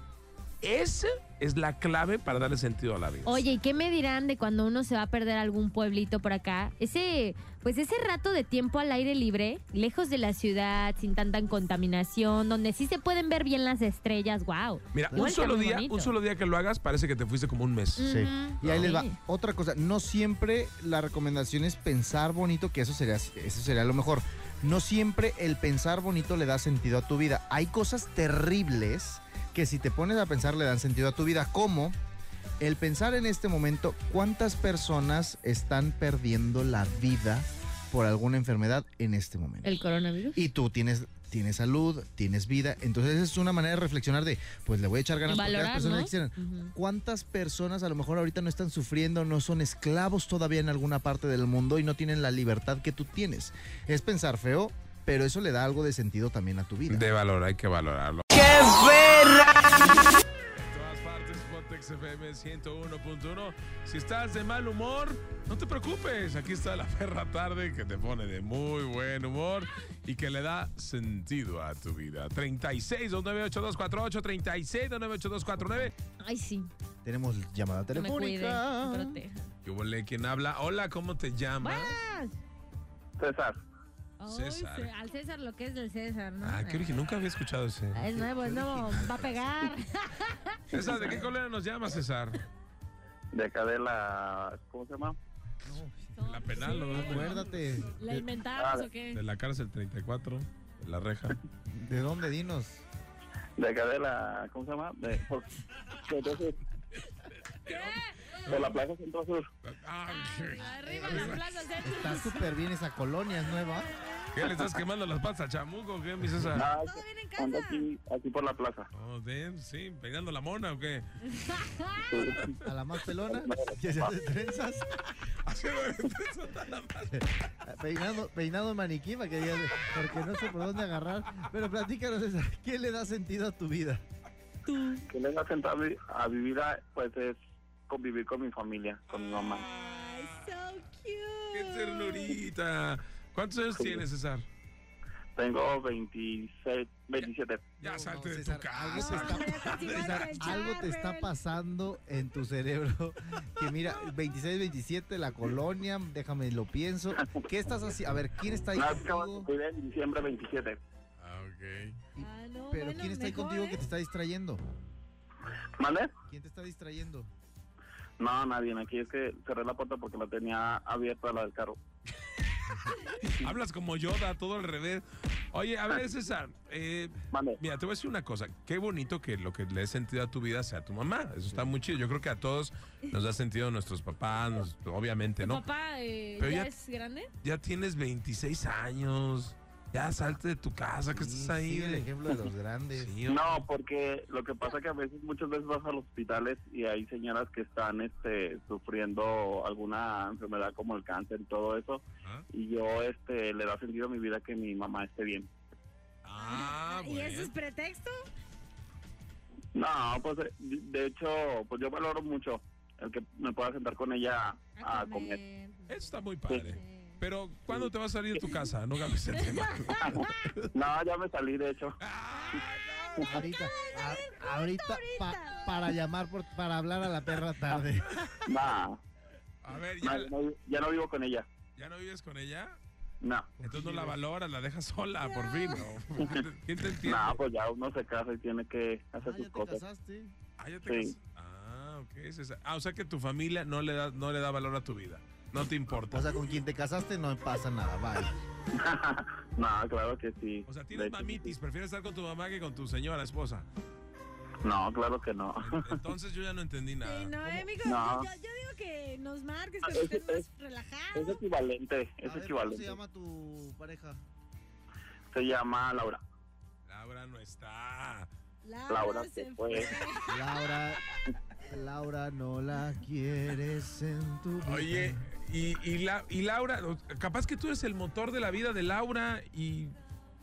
Speaker 1: Esa es la clave para darle sentido a la vida.
Speaker 5: Oye, ¿y qué me dirán de cuando uno se va a perder a algún pueblito por acá? Ese, pues ese rato de tiempo al aire libre, lejos de la ciudad, sin tanta contaminación, donde sí se pueden ver bien las estrellas, wow.
Speaker 1: Mira,
Speaker 5: Igual
Speaker 1: un
Speaker 5: está
Speaker 1: solo
Speaker 5: muy
Speaker 1: día,
Speaker 5: bonito.
Speaker 1: un solo día que lo hagas, parece que te fuiste como un mes.
Speaker 2: Sí.
Speaker 5: Ujú.
Speaker 2: Y ahí
Speaker 5: Sí.
Speaker 2: les va. Otra cosa, no siempre la recomendación es pensar bonito, que eso sería, eso sería lo mejor. No siempre el pensar bonito le da sentido a tu vida. Hay cosas terribles que si te pones a pensar le dan sentido a tu vida, como el pensar en este momento cuántas personas están perdiendo la vida por alguna enfermedad en este momento.
Speaker 5: El coronavirus.
Speaker 2: Y tú tienes, tienes salud, tienes vida. Entonces es una manera de reflexionar de, pues le voy a echar ganas porque las
Speaker 5: Valorar,
Speaker 2: personas
Speaker 5: ¿no?
Speaker 2: que quisieran.
Speaker 5: Ujú.
Speaker 2: ¿Cuántas personas a lo mejor ahorita no están sufriendo, no son esclavos todavía en alguna parte del mundo y no tienen la libertad que tú tienes? Es pensar feo, pero eso le da algo de sentido también a tu vida.
Speaker 1: De valor, hay que valorarlo. ¡Qué verra! En todas partes, Pontex FM 101.1. Si estás de mal humor, no te preocupes. Aquí está la perra tarde que te pone de muy buen humor y que le da sentido a tu vida. 36 298248 36 298249.
Speaker 5: Ay, sí.
Speaker 2: Tenemos llamada
Speaker 5: que Me cuide,
Speaker 2: telefónica.
Speaker 5: me proteja.
Speaker 1: ¿Qué huele? ¿Quién habla? Hola, ¿cómo te llamas?
Speaker 5: Buenas.
Speaker 8: César,
Speaker 5: Ay,
Speaker 1: César.
Speaker 5: Cé- al César lo que es del César, ¿no?
Speaker 1: Ah, qué origen, nunca había escuchado ese.
Speaker 5: Es nuevo, es nuevo. Va a pegar.
Speaker 1: César, ¿de qué colera nos llama César?
Speaker 8: de acá de la. ¿Cómo se llama?
Speaker 1: La penal, ¿no?
Speaker 2: Acuérdate.
Speaker 5: Eh,
Speaker 6: ¿La
Speaker 2: ¿De,
Speaker 6: inventamos o qué?
Speaker 1: De la cárcel 34, de la reja.
Speaker 2: de dónde? Dinos.
Speaker 8: De acá de la. ¿Cómo se llama? De, por, de dos sur, por la plaza Centro Sur.
Speaker 1: Ah,
Speaker 6: Arriba la plaza
Speaker 2: Está
Speaker 5: <laughs>
Speaker 6: centro.
Speaker 2: súper bien esa colonia, es nueva.
Speaker 1: ¿Qué le estás quemando las patas, chamuco? ¿Qué, mi César?
Speaker 8: Ah,
Speaker 6: Todo bien en
Speaker 8: ando
Speaker 6: casa.
Speaker 8: aquí, aquí por la plaza.
Speaker 1: Oh, damn, sí, peinando la mona o qué?
Speaker 2: A la más pelona. Que se hace trenzas. Peinado, peinado de maniquí, para que digas, porque no sé por dónde agarrar. Pero platícanos, César, ¿qué le da sentido a tu vida?
Speaker 6: Tú.
Speaker 8: Que vengo a sentarme a vivir, a- pues es convivir con mi familia, con mi mamá.
Speaker 6: Ay, so
Speaker 1: ¡Qué
Speaker 6: cute.
Speaker 1: ternurita! ¿Cuántos años tienes, César?
Speaker 8: Tengo 26, 27.
Speaker 1: Ya
Speaker 2: No,
Speaker 1: salte
Speaker 2: no,
Speaker 1: de
Speaker 2: César,
Speaker 1: tu
Speaker 2: algo
Speaker 1: casa.
Speaker 2: se está-
Speaker 6: Hombre, estás igual
Speaker 2: César,
Speaker 6: que el
Speaker 2: algo te está
Speaker 6: Charbel.
Speaker 2: pasando en tu cerebro. Que mira, 26, 27, la colonia, déjame lo pienso. ¿Qué estás haciendo? A ver, ¿quién está ahí
Speaker 8: Nazca
Speaker 2: contigo?
Speaker 8: vive en diciembre 27.
Speaker 1: Ah, ok.
Speaker 6: Ah, no,
Speaker 2: Pero
Speaker 6: bueno,
Speaker 2: ¿quién está ahí
Speaker 6: mejor,
Speaker 2: contigo
Speaker 6: ¿eh?
Speaker 2: que te está distrayendo?
Speaker 8: ¿Mande?
Speaker 2: ¿Quién te está distrayendo?
Speaker 8: No, nadie. Aquí es que cerré la puerta porque la tenía abierta la del carro.
Speaker 1: Hablas como Yoda, todo al revés. Oye, a ver, César, eh,
Speaker 8: Mande.
Speaker 1: mira, te voy a decir una cosa. Qué bonito que lo que le dé sentido a tu vida sea tu mamá. Eso está muy chido. Yo creo que a todos nos da sentido nuestros papás, nos- obviamente,
Speaker 6: ¿Tu
Speaker 1: ¿no?
Speaker 6: papá eh,
Speaker 1: Pero
Speaker 6: ya,
Speaker 1: ya-
Speaker 6: es grande?
Speaker 1: Ya tienes 26 años. Ya salte de tu casa, que estás
Speaker 2: Sí,
Speaker 1: ahí.
Speaker 2: sigue el
Speaker 1: de-
Speaker 2: ejemplo de los grandes.
Speaker 1: Sí,
Speaker 8: No, porque lo que pasa que a veces, muchas veces vas a los hospitales y hay señoras que están este, sufriendo alguna enfermedad como el cáncer y todo eso.
Speaker 1: Ajá.
Speaker 8: Y yo este, le da sentido a mi vida que mi mamá esté bien.
Speaker 3: <laughs>
Speaker 1: Ah,
Speaker 6: ¿Y eso es
Speaker 1: bueno.
Speaker 6: pretexto?
Speaker 8: No, pues eh, de hecho, pues yo valoro mucho el que me pueda sentar con ella a,
Speaker 5: Ah,
Speaker 8: comer.
Speaker 1: Eso está muy padre. Pero, ¿cuándo te vas a salir de tu casa? No cambies el tema. <laughs>
Speaker 8: No, ya me salí, de hecho.
Speaker 1: Ah, no.
Speaker 2: Ahorita, a- ahorita pa- para llamar, por- para hablar a la perra tarde.
Speaker 8: No,
Speaker 1: A ver, <laughs> ya,
Speaker 8: no, ya no- ya no vivo con ella.
Speaker 1: ya no vives con ella.
Speaker 8: No,
Speaker 1: Entonces no la valoras, la dejas sola, por fin. ¿no? ¿Quién te entiende?
Speaker 8: no, pues ya uno se casa y tiene que hacer
Speaker 2: Ah,
Speaker 8: sus
Speaker 2: ya te
Speaker 8: cosas.
Speaker 2: casaste.
Speaker 1: Ah, ya te
Speaker 8: Sí.
Speaker 1: cas- Ah, ok. César. Ah, o sea que tu familia no le da, no le da valor a tu vida. No te importa.
Speaker 2: O sea, con quien te casaste no pasa nada, bye.
Speaker 8: no, claro que sí.
Speaker 1: O sea,
Speaker 8: De
Speaker 1: tienes
Speaker 8: hecho, sí,
Speaker 1: mamitis, prefieres estar con tu mamá que con tu señora
Speaker 8: <laughs>
Speaker 1: esposa.
Speaker 8: sí. No, claro que <laughs> no.
Speaker 1: En- Entonces yo ya no entendí nada.
Speaker 6: Sí, no, eh, mijo,
Speaker 8: No.
Speaker 6: Yo, yo digo que nos marques
Speaker 8: Ah,
Speaker 6: cuando
Speaker 8: es-
Speaker 6: estés más
Speaker 8: es- Es
Speaker 6: relajados.
Speaker 8: equivalente,
Speaker 2: A
Speaker 8: es
Speaker 2: ver, ¿Cómo se
Speaker 8: equivalente.
Speaker 2: llama tu pareja?
Speaker 8: Se llama Laura.
Speaker 1: Laura no está.
Speaker 5: Ah,
Speaker 8: Laura se fue.
Speaker 2: Laura. Laura no la quieres en tu vida.
Speaker 1: Oye, y, y, la, y Laura, capaz que tú eres el motor de la vida de Laura y,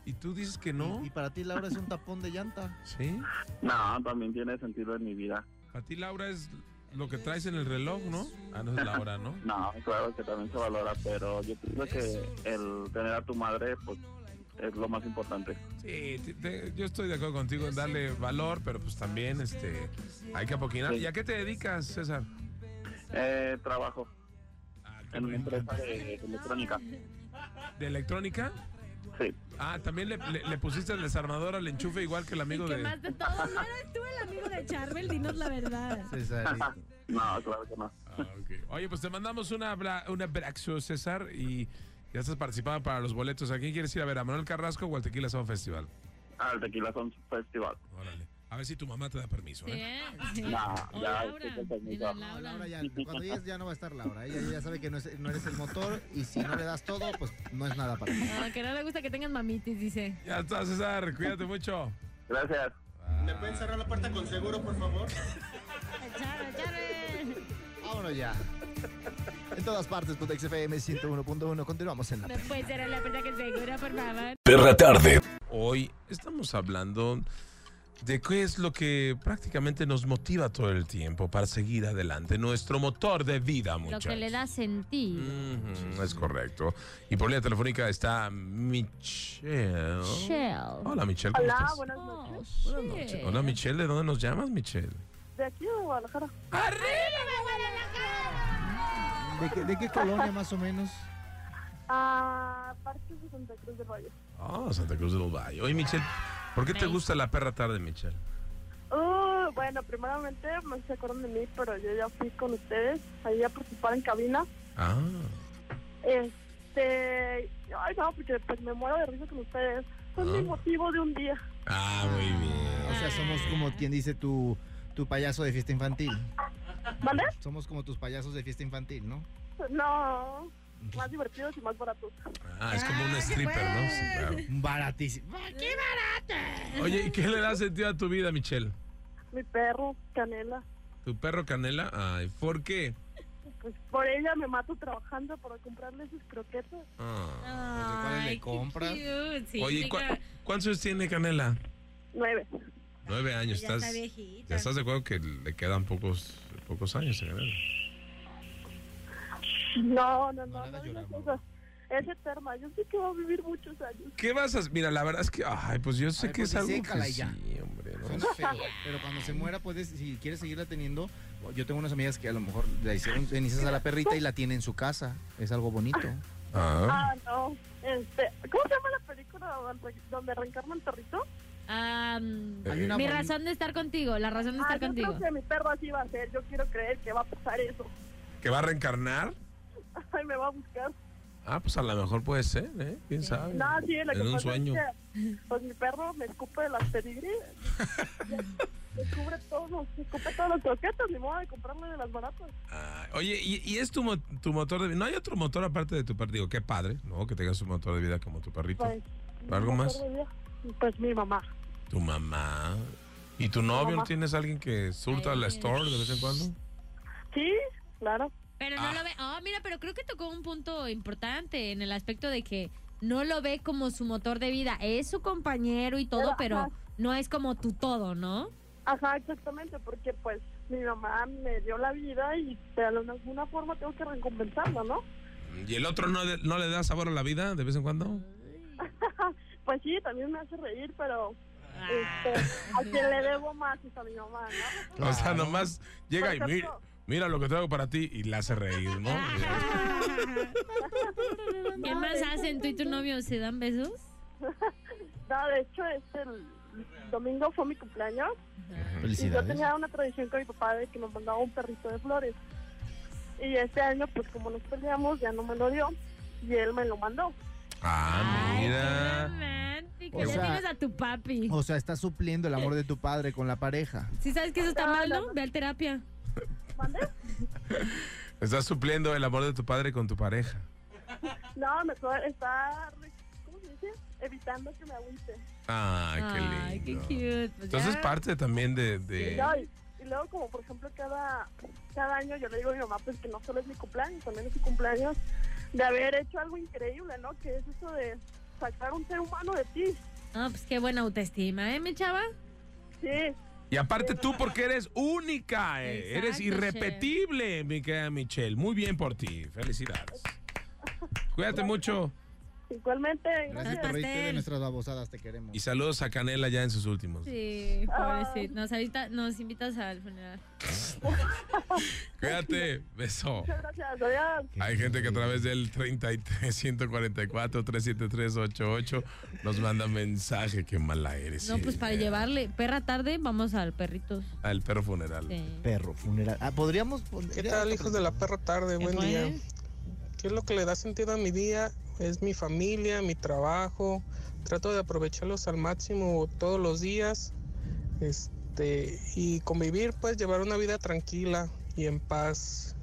Speaker 1: y tú dices que no.
Speaker 2: ¿Y, y para ti Laura es un tapón de llanta.
Speaker 1: Sí.
Speaker 8: No, también tiene sentido en mi vida.
Speaker 1: Para ti Laura es lo que traes en el reloj, ¿no? Ah, no es Laura, ¿no?
Speaker 8: No, claro que también se valora, pero yo pienso que el tener a tu madre, pues, es lo más importante.
Speaker 1: Sí, te- te- yo estoy de acuerdo contigo en darle valor, pero pues también este, hay que apoquinar.
Speaker 8: Sí.
Speaker 1: ¿Y a qué te dedicas, César?
Speaker 8: Eh, trabajo
Speaker 1: Ah, qué
Speaker 8: en una
Speaker 1: bueno.
Speaker 8: empresa de electrónica.
Speaker 1: ¿De electrónica?
Speaker 8: Sí.
Speaker 1: Ah, también le, le- le pusiste el desarmador al enchufe igual que el amigo
Speaker 6: Y que
Speaker 1: de...
Speaker 6: más de todo, no eres tú el amigo de Charbel, dinos la verdad.
Speaker 2: Cesarito.
Speaker 8: No, claro que no.
Speaker 1: Ah, ok. Oye, pues te mandamos una abra- un abrazo, César, y ya estás participando para los boletos. ¿A quién quieres ir a ver? ¿A Manuel Carrasco o al Tequila Sound Festival?
Speaker 8: Al Tequila Son Festival.
Speaker 1: Órale. A ver si tu mamá te da permiso,
Speaker 5: Sí,
Speaker 1: ¿eh?
Speaker 5: ¿eh? Sí.
Speaker 8: No,
Speaker 5: O
Speaker 8: ya,
Speaker 5: Laura,
Speaker 8: estoy con mi
Speaker 5: dile a
Speaker 8: papá.
Speaker 2: <laughs> No,
Speaker 5: Laura.
Speaker 2: Laura ya, cuando llegues ya no va a estar Laura. Ella ya sabe que no, es- no eres el motor y si no le das todo, pues no es nada para ti.
Speaker 5: Ah, que no le gusta que tengan mamitis, dice.
Speaker 1: Ya está, César. Cuídate mucho.
Speaker 8: Gracias.
Speaker 9: ¿Me pueden cerrar la puerta con seguro, por favor?
Speaker 5: Charo, Charo.
Speaker 2: Vámonos ya. En todas partes, Putex FM 101.1. Continuamos en la.
Speaker 5: ¿Me puedes cerrar la puerta que segura, por favor?
Speaker 4: Perra tarde.
Speaker 1: Hoy estamos hablando de qué es lo que prácticamente nos motiva todo el tiempo para seguir adelante. Nuestro motor de vida,
Speaker 5: Lo
Speaker 1: muchachos.
Speaker 5: que le da sentido.
Speaker 1: Ujú, es correcto. Y por línea telefónica está Michelle.
Speaker 5: Shell.
Speaker 1: Hola Michelle, ¿cómo estás?
Speaker 10: buenas
Speaker 5: Oh,
Speaker 1: Buenas
Speaker 5: shit.
Speaker 1: noches. Hola Michelle, ¿de dónde nos llamas Michelle?
Speaker 10: De aquí de Guadalajara.
Speaker 2: ¿De qué, de qué colonia más o menos?
Speaker 10: A Parque 63 de Valle.
Speaker 1: Ah, Santa Cruz de los Valles. Oye Michelle, ¿por qué te
Speaker 5: Nice.
Speaker 1: gusta la perra tarde Michelle?
Speaker 10: Uh, bueno, primeramente, no sé si se acuerdan de mí, pero yo ya fui con ustedes ahí a participar en cabina.
Speaker 1: Ah.
Speaker 10: Este, ay no, porque pues me muero de risa con ustedes. Son
Speaker 1: Ah.
Speaker 10: mi motivo de un día.
Speaker 1: Ah, muy bien.
Speaker 2: O sea, somos como quien dice tu, tu payaso de fiesta infantil.
Speaker 10: ¿Vale?
Speaker 2: Somos como tus payasos de fiesta infantil, ¿no?
Speaker 10: No, más divertidos y más baratos.
Speaker 1: Ah, es como un stripper, ¿no? Sí, claro.
Speaker 2: Baratísimo.
Speaker 1: Oye, ¿y qué le da sentido a tu vida, Michelle?
Speaker 10: Mi perro, Canela.
Speaker 1: ¿Tu perro Canela? Ay, ¿por qué?
Speaker 10: Pues por ella me mato trabajando para comprarle sus croquetas.
Speaker 1: Ah.
Speaker 2: ¿Cuáles le compras?
Speaker 1: Oye, ¿cu- ¿cuántos años tiene Canela?
Speaker 10: Nueve.
Speaker 1: Nueve años.
Speaker 6: Ya
Speaker 1: estás,
Speaker 6: está viejita.
Speaker 1: ya estás de acuerdo que le quedan pocos, pocos años a Canela?
Speaker 10: No, no, no, no, digas eso. Es eterna. Yo sé que va a vivir muchos años.
Speaker 1: ¿Qué vas a...? Mira, la verdad es que... Ay, pues yo sé
Speaker 2: ver,
Speaker 1: que
Speaker 2: pues
Speaker 1: es algo
Speaker 2: sécala
Speaker 1: que
Speaker 2: y ya.
Speaker 1: sí, hombre. ¿no?
Speaker 2: Suena feo, pero cuando se muera, puedes, si quieres seguirla teniendo, yo tengo unas amigas que a lo mejor le hicieron cenizas a la perrita y la tiene en su casa. Es algo bonito.
Speaker 1: Ah.
Speaker 10: Ah, no. Este, ¿cómo se llama la película donde, donde reencarna el perrito?
Speaker 5: Ah, mm,
Speaker 1: Eh,
Speaker 5: mi
Speaker 2: boni-
Speaker 5: razón de estar contigo, la razón de
Speaker 10: Ah,
Speaker 5: estar
Speaker 10: yo
Speaker 5: contigo.
Speaker 10: creo que mi perro así va a ser. Yo quiero creer que va a pasar eso. <laughs>
Speaker 1: ¿Que va a reencarnar?
Speaker 10: Ay, me va a buscar.
Speaker 1: Ah, pues a lo mejor puede ser, ¿eh? ¿Quién sabe?
Speaker 10: No, sí, lo que
Speaker 1: en un
Speaker 10: pasa
Speaker 1: sueño.
Speaker 10: es que pues mi perro me escupe las pedigrí.
Speaker 1: <laughs>
Speaker 10: me cubre todo, me escupe todos los croquetas, ni modo de comprarme de las baratas.
Speaker 1: Ah, oye, ¿y, y es tu, mo- tu motor de vida? ¿No hay otro motor aparte de tu perro? Digo, qué padre, ¿no? Que tengas un motor de vida como tu perrito.
Speaker 10: Pues,
Speaker 1: ¿Algo
Speaker 10: mi
Speaker 1: más?
Speaker 10: perro ya- Pues mi mamá.
Speaker 1: Tu mamá. ¿Y tu novio? ¿No
Speaker 10: mamá.
Speaker 1: tienes alguien que surta la store de vez en cuando?
Speaker 10: Sí, claro.
Speaker 5: Pero no lo ve. Ah, mira, pero creo que tocó un punto importante en el aspecto de que no lo ve como su motor de vida. Es su compañero y todo,
Speaker 10: Pero,
Speaker 5: pero
Speaker 10: ajá.
Speaker 5: no es como tu todo,
Speaker 10: <laughs>
Speaker 5: ¿no?
Speaker 10: Ajá, exactamente, porque pues mi mamá me dio la vida y de alguna forma tengo que recompensarla, ¿no?
Speaker 1: ¿Y el otro no, de- no le da sabor a la vida de vez en cuando?
Speaker 10: <laughs> Pues sí, también me hace reír, pero este, a quien le debo más es a mi mamá, ¿no?
Speaker 1: O sea, nomás llega y
Speaker 10: Por
Speaker 1: mira,
Speaker 10: ejemplo-
Speaker 1: mira lo que traigo para ti y la hace reír, ¿no?
Speaker 5: ¿Qué más hacen tú y tu novio? ¿Se dan besos?
Speaker 10: No, de hecho, este el domingo fue mi cumpleaños y yo
Speaker 2: Felicidades.
Speaker 10: tenía una tradición con mi papá de que nos mandaba un perrito de flores. Y este año, pues como nos peleamos, ya no me lo dio y él me lo mandó.
Speaker 1: Ah,
Speaker 5: Ay, qué
Speaker 1: mira.
Speaker 5: romántico.
Speaker 2: O
Speaker 5: ya
Speaker 2: sea-
Speaker 5: tienes a tu papi.
Speaker 2: O sea, estás supliendo el amor de tu padre con la pareja.
Speaker 5: Si sabes que eso está
Speaker 10: No,
Speaker 5: mal,
Speaker 10: no,
Speaker 5: ¿no?
Speaker 10: no.
Speaker 5: Ve a terapia.
Speaker 10: ¿Mande?
Speaker 1: Estás supliendo el amor de tu padre con tu pareja.
Speaker 10: No, me está- está, re- ¿cómo se dice? Evitando que me aguante.
Speaker 1: Ay, Ah, qué lindo.
Speaker 5: Ay, qué cute. Pues
Speaker 1: Entonces
Speaker 5: ya.
Speaker 1: parte también de... de-
Speaker 10: No, y, y luego como por ejemplo cada, cada año yo le digo a mi mamá pues que no solo es mi cumpleaños, también es su cumpleaños de haber hecho algo increíble, ¿no? Que es eso de sacar un ser humano de ti.
Speaker 5: Ah, pues qué buena autoestima, ¿eh, mi chava?
Speaker 10: Sí,
Speaker 1: Y aparte tú porque eres única, eh,
Speaker 5: Exacto,
Speaker 1: eres irrepetible, mi querida Michelle. Muy bien por ti, felicidades. Cuídate mucho
Speaker 10: igualmente.
Speaker 2: Gracias
Speaker 5: Gracias,
Speaker 2: por reírte de
Speaker 5: pastel.
Speaker 2: nuestras babosadas, te queremos.
Speaker 1: y saludos a Canela ya en sus últimos.
Speaker 5: Sí,
Speaker 10: pobrecito.
Speaker 5: pobrecito. Nos, nos invitas al funeral.
Speaker 1: Cuídate, beso.
Speaker 10: Muchas gracias, adiós.
Speaker 1: Hay gente que a través del 33 144 373 88 nos manda mensaje, qué mala eres.
Speaker 5: No, pues para
Speaker 1: eh,
Speaker 5: llevarle perra tarde, vamos al este. perritos.
Speaker 1: Al perro funeral.
Speaker 5: Sí.
Speaker 2: Perro funeral. Ah, podríamos.
Speaker 11: ¿Qué tal, hijos de la perra tarde? Buen día. ¿Qué es lo que le da sentido a mi día? Es mi familia, mi trabajo. Trato de aprovecharlos al máximo todos los días. Este, y convivir, pues llevar una vida tranquila y en paz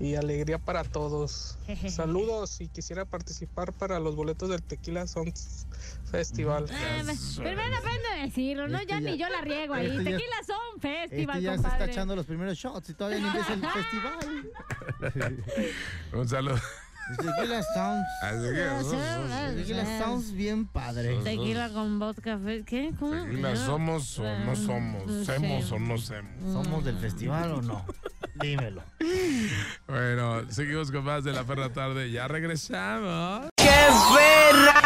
Speaker 11: y alegría para todos. Saludos y quisiera participar para los boletos del Tequila Sons Festival.
Speaker 5: Ah, Pero bueno, aprendo a decirlo, ¿no?
Speaker 2: Este
Speaker 5: Ya,
Speaker 2: ya-
Speaker 5: ni yo la riego ahí.
Speaker 2: este ya-
Speaker 5: Tequila son festival,
Speaker 2: Este ya se está
Speaker 5: compadre.
Speaker 2: echando los primeros shots y todavía ni empieza
Speaker 5: <laughs>
Speaker 2: el festival.
Speaker 1: Un saludo.
Speaker 2: Tequila Sounds.
Speaker 1: Así que-
Speaker 2: Tequila Sounds bien padre.
Speaker 5: Tequila con vodka. fe- ¿Qué? ¿Cómo?
Speaker 1: Tequila,
Speaker 5: Ah,
Speaker 1: ¿Somos o no
Speaker 5: No
Speaker 1: somos?
Speaker 5: sé.
Speaker 1: ¿Semos o no semos?
Speaker 2: ¿Somos del festival o no? <laughs> Dímelo.
Speaker 1: Bueno, seguimos con más de la perra tarde. Ya regresamos. ¡Qué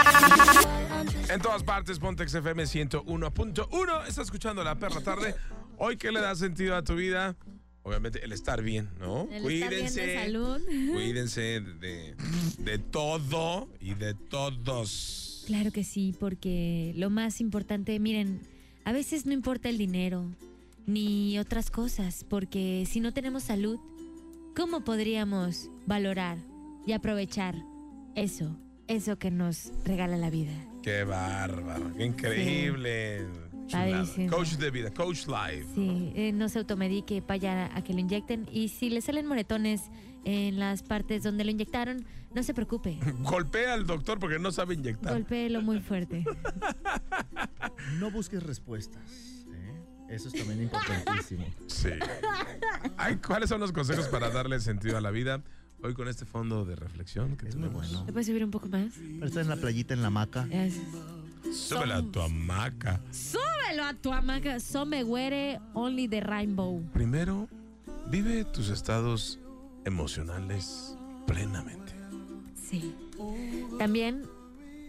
Speaker 1: perra! En todas partes, Pontex FM 101.1. Está escuchando la perra tarde. Hoy, ¿qué le da sentido a tu vida? Obviamente, el estar bien, ¿no?
Speaker 5: el estar bien de salud.
Speaker 1: Cuídense de, de todo y de todos.
Speaker 5: Claro que sí, porque lo más importante, miren, a veces no importa el dinero ni otras cosas, porque si no tenemos salud, ¿Cómo podríamos valorar y aprovechar eso, eso que nos regala la vida?
Speaker 1: Qué bárbaro, qué increíble. Sí. Coach de vida, coach life.
Speaker 5: Sí, eh, no se automedique vaya a que lo inyecten y si le salen moretones en las partes donde lo inyectaron, no se preocupe.
Speaker 1: Golpea al doctor porque no sabe inyectar.
Speaker 5: Golpéelo muy fuerte.
Speaker 2: no busques respuestas. ¿eh? Eso es también <laughs> importantísimo.
Speaker 1: Sí. Ay, ¿Cuáles son los consejos para darle sentido a la vida? Hoy con este fondo de reflexión que
Speaker 2: es
Speaker 1: tenemos.
Speaker 2: muy bueno.
Speaker 5: ¿Te puedes subir un poco más?
Speaker 2: Pero estás en la playita, en la hamaca.
Speaker 5: Es-
Speaker 1: Súbela a tu hamaca.
Speaker 5: Súbelo a tu hamaca. Some güere only the rainbow.
Speaker 1: Primero, vive tus estados emocionales plenamente.
Speaker 5: Sí. También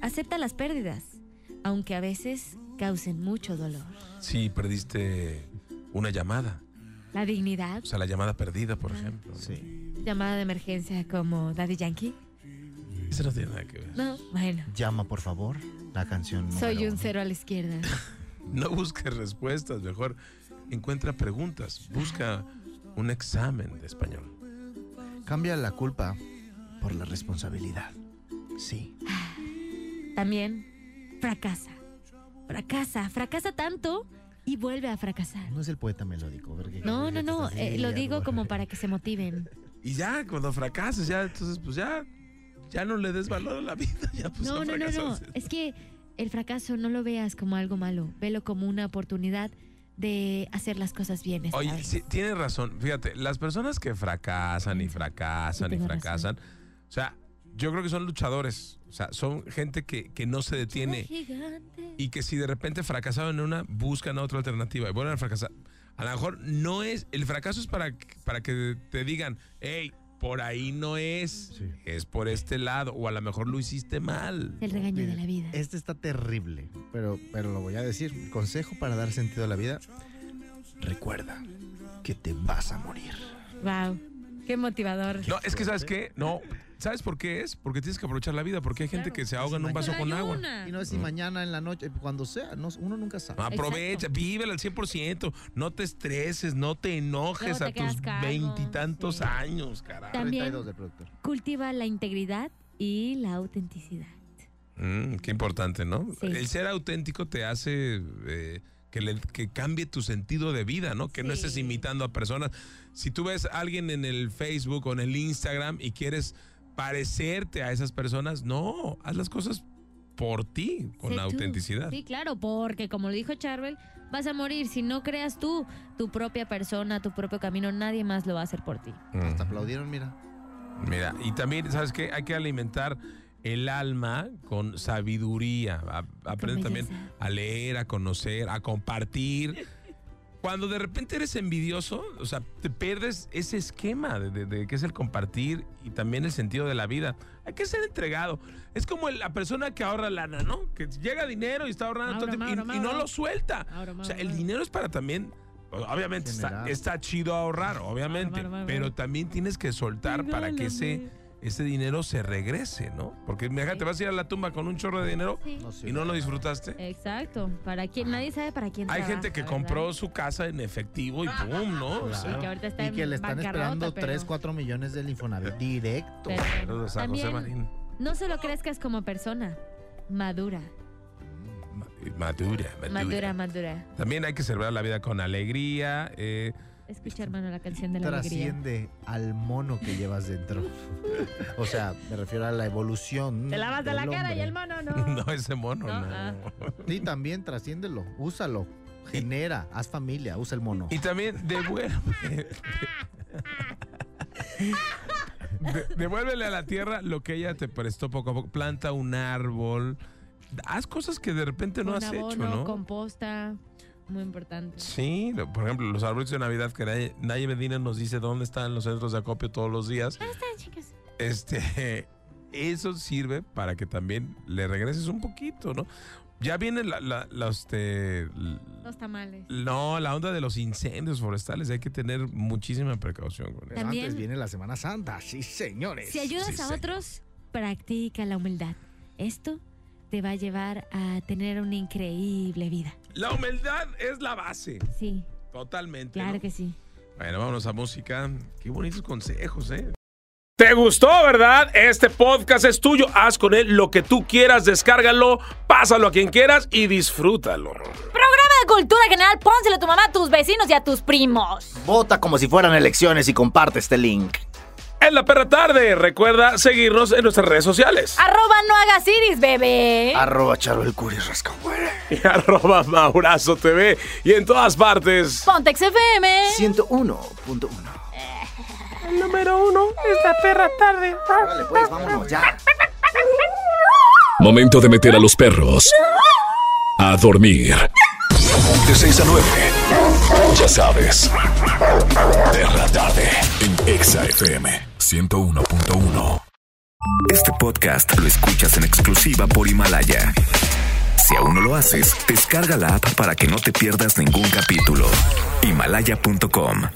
Speaker 5: acepta las pérdidas, aunque a veces causen mucho dolor.
Speaker 1: Si perdiste una llamada,
Speaker 5: La dignidad,
Speaker 1: o sea, la llamada perdida, por ejemplo. ¿no?
Speaker 5: llamada de emergencia como Daddy Yankee.
Speaker 1: Eso no tiene nada que ver.
Speaker 5: No, bueno.
Speaker 2: Llama, por favor, la canción.
Speaker 5: Soy
Speaker 2: número
Speaker 5: un
Speaker 2: uno.
Speaker 5: cero a la izquierda.
Speaker 1: No busques respuestas, mejor encuentra preguntas. Busca un examen de español.
Speaker 2: Cambia la culpa por la responsabilidad. Sí.
Speaker 5: También fracasa. Fracasa, fracasa tanto y vuelve a fracasar.
Speaker 2: No es el poeta melódico. porque-
Speaker 5: No, no, no,
Speaker 2: Sí,
Speaker 5: eh, lo
Speaker 2: ya,
Speaker 5: digo
Speaker 2: no.
Speaker 5: como para que se motiven.
Speaker 1: Y ya, cuando fracases, ya, entonces, pues ya, ya no le des valor a la vida. Ya, <laughs> pues,
Speaker 5: No,
Speaker 1: ya
Speaker 5: no, no, no.
Speaker 1: fracasaste.
Speaker 5: Es que el fracaso no lo veas como algo malo, velo como una oportunidad de hacer las cosas bien. esta
Speaker 1: Oye,
Speaker 5: vez.
Speaker 1: sí, tienes razón. Fíjate, las personas que fracasan y fracasan
Speaker 5: Sí,
Speaker 1: y
Speaker 5: tienes
Speaker 1: fracasan, o sea, yo creo que son luchadores. O sea, son gente que, que no se detiene.
Speaker 5: Gigante.
Speaker 1: y que si de repente fracasaron en una, buscan otra alternativa y vuelven a fracasar. A lo mejor no es, el fracaso es para, que- para que te digan, hey, por ahí no es,
Speaker 2: Sí.
Speaker 1: es por este lado, o a lo mejor lo hiciste mal.
Speaker 5: El regaño de la vida.
Speaker 1: eh,
Speaker 2: Este está terrible, pero, pero lo voy a decir. Consejo para dar sentido a la vida. Recuerda que te vas a morir.
Speaker 5: Wow, qué motivador.
Speaker 1: No, es que sabes qué, no, ¿sabes por qué es? Porque tienes que aprovechar la vida, porque hay gente
Speaker 5: Claro.
Speaker 1: que se ahoga en un vaso con agua.
Speaker 5: Ah.
Speaker 2: Y no es si
Speaker 1: Mm.
Speaker 2: mañana en la noche, cuando sea, no, uno nunca sabe.
Speaker 1: Aprovecha, vívela al 100%, no te estreses, no te enojes
Speaker 5: Luego te
Speaker 1: a tus
Speaker 5: quedas calvo,
Speaker 1: veintitantos
Speaker 5: sí.
Speaker 1: años, carajo.
Speaker 5: También
Speaker 2: 32 del productor.
Speaker 5: cultiva la integridad y la autenticidad.
Speaker 1: Mm, qué importante, ¿no?
Speaker 5: Sí.
Speaker 1: El ser auténtico te hace eh, que, le- que cambie tu sentido de vida, ¿no? Que no estés
Speaker 5: Sí.
Speaker 1: imitando a personas. Si tú ves a alguien en el Facebook o en el Instagram y quieres parecerte a esas personas, no, haz las cosas por ti, con
Speaker 5: Sé tú.
Speaker 1: autenticidad.
Speaker 5: Sí, claro, porque como lo dijo Charvel, vas a morir si no creas tú tu propia persona, tu propio camino, nadie más lo va a hacer por ti.
Speaker 1: Mm.
Speaker 2: Hasta aplaudieron, mira.
Speaker 1: Mira, y también, ¿sabes qué? Hay que alimentar el alma con sabiduría. A- Aprende
Speaker 5: Con
Speaker 1: también
Speaker 5: belleza.
Speaker 1: a leer, a conocer, a compartir. Cuando de repente eres envidioso, o sea, te pierdes ese esquema de, de- de qué es el compartir y también el sentido de la vida. Hay que ser entregado. Es como el- la persona que ahorra lana, ¿no? Que llega dinero y está ahorrando
Speaker 6: Mauro,
Speaker 1: todo el tiempo y-
Speaker 6: Mauro,
Speaker 1: y, no
Speaker 6: Mauro.
Speaker 1: lo suelta.
Speaker 2: Ah,
Speaker 6: Mauro, Mauro,
Speaker 1: o sea, el
Speaker 6: Mauro.
Speaker 1: dinero es para también... Obviamente está,
Speaker 2: Generar.
Speaker 1: está chido ahorrar, obviamente,
Speaker 6: Mauro, Mauro,
Speaker 1: pero
Speaker 6: Mauro.
Speaker 1: también tienes que soltar para que ese ese dinero se regrese, ¿no? Porque mira, te vas a ir a la tumba con un chorro de dinero
Speaker 5: Sí.
Speaker 2: No sé.
Speaker 1: y no lo disfrutaste.
Speaker 5: Exacto, para quien nadie sabe para quién
Speaker 1: Hay
Speaker 5: trabaja,
Speaker 1: gente que
Speaker 5: ¿verdad?
Speaker 1: compró su casa en efectivo y pum, ¿no? O sea,
Speaker 5: Y que ahorita está
Speaker 2: Y que
Speaker 5: en
Speaker 2: le están
Speaker 5: bancarrota,
Speaker 2: esperando
Speaker 5: pero-
Speaker 2: 3, 4 millones del
Speaker 1: <laughs>
Speaker 2: Infonavit. Directo.
Speaker 5: pero bueno.
Speaker 1: saludos a José
Speaker 5: También
Speaker 1: Marín.
Speaker 5: no solo crezcas como persona, madura,
Speaker 1: Ma- Madura,
Speaker 5: madura,
Speaker 1: madura.
Speaker 5: madura.
Speaker 1: También hay que celebrar la vida con alegría. eh, <laughs>
Speaker 5: Escucha, hermano, la canción de la alegría.
Speaker 2: Trasciende al mono que llevas
Speaker 5: <laughs>
Speaker 2: dentro. o sea, me refiero a la evolución.
Speaker 5: Te lavas de la
Speaker 2: del
Speaker 5: cara y
Speaker 2: hombre.
Speaker 5: el mono no.
Speaker 1: <laughs> no ese mono,
Speaker 5: No,
Speaker 1: no.
Speaker 5: ah.
Speaker 2: Sí, también trasciéndelo, úsalo, genera, haz familia, usa el mono.
Speaker 1: Y también devuelve. De- devuélvele a la tierra lo que ella te prestó poco a poco. Planta un árbol. Haz cosas que de repente no
Speaker 5: Un
Speaker 1: has
Speaker 5: abono,
Speaker 1: hecho, ¿no?
Speaker 5: composta, muy importante.
Speaker 1: Sí, lo- por ejemplo, los árboles de Navidad que nadie, nadie Medina nos dice dónde están los centros de acopio todos los días.
Speaker 5: ¿Dónde están, chicas?
Speaker 1: Este, eso sirve para que también le regreses un poquito, ¿no? Ya viene la, la- la, este, l-
Speaker 5: Los tamales.
Speaker 1: no, la onda de los incendios forestales. Hay que tener muchísima precaución con eso.
Speaker 5: También-
Speaker 2: Antes viene la Semana Santa, sí señores.
Speaker 5: Si ayudas
Speaker 1: sí,
Speaker 5: a
Speaker 1: sí.
Speaker 5: otros, practica la humildad. Esto te va a llevar a tener una increíble vida.
Speaker 1: La humildad es la base,
Speaker 5: Sí,
Speaker 1: totalmente.
Speaker 5: claro
Speaker 1: ¿no?
Speaker 5: que sí.
Speaker 12: Bueno, vámonos a música. Qué bonitos consejos, ¿eh?
Speaker 1: ¿Te gustó, verdad? Este podcast es tuyo. Haz con él lo que tú quieras, descárgalo, pásalo a quien quieras y disfrútalo.
Speaker 3: Programa de Cultura General, pónselo a tu mamá, a tus vecinos y a tus primos.
Speaker 13: Vota como si fueran elecciones y comparte este link.
Speaker 1: En la perra tarde, recuerda seguirnos en nuestras redes sociales. <laughs>
Speaker 3: Arroba no hagas iris, bebé.
Speaker 13: Arroba Charo el Curis rasca,
Speaker 1: Y arroba Maurazo TV. Y en todas partes.
Speaker 3: Pontex FM.
Speaker 13: 101.1.
Speaker 14: El número uno es la perra tarde.
Speaker 13: Vale, pues vámonos ya.
Speaker 4: Momento de meter a los perros a dormir. De 6 a 9. Ya sabes. Perra tarde en Exa FM 101.1.
Speaker 15: Este podcast lo escuchas en exclusiva por Himalaya. Si aún no lo haces, descarga la app para que no te pierdas ningún capítulo. Himalaya.com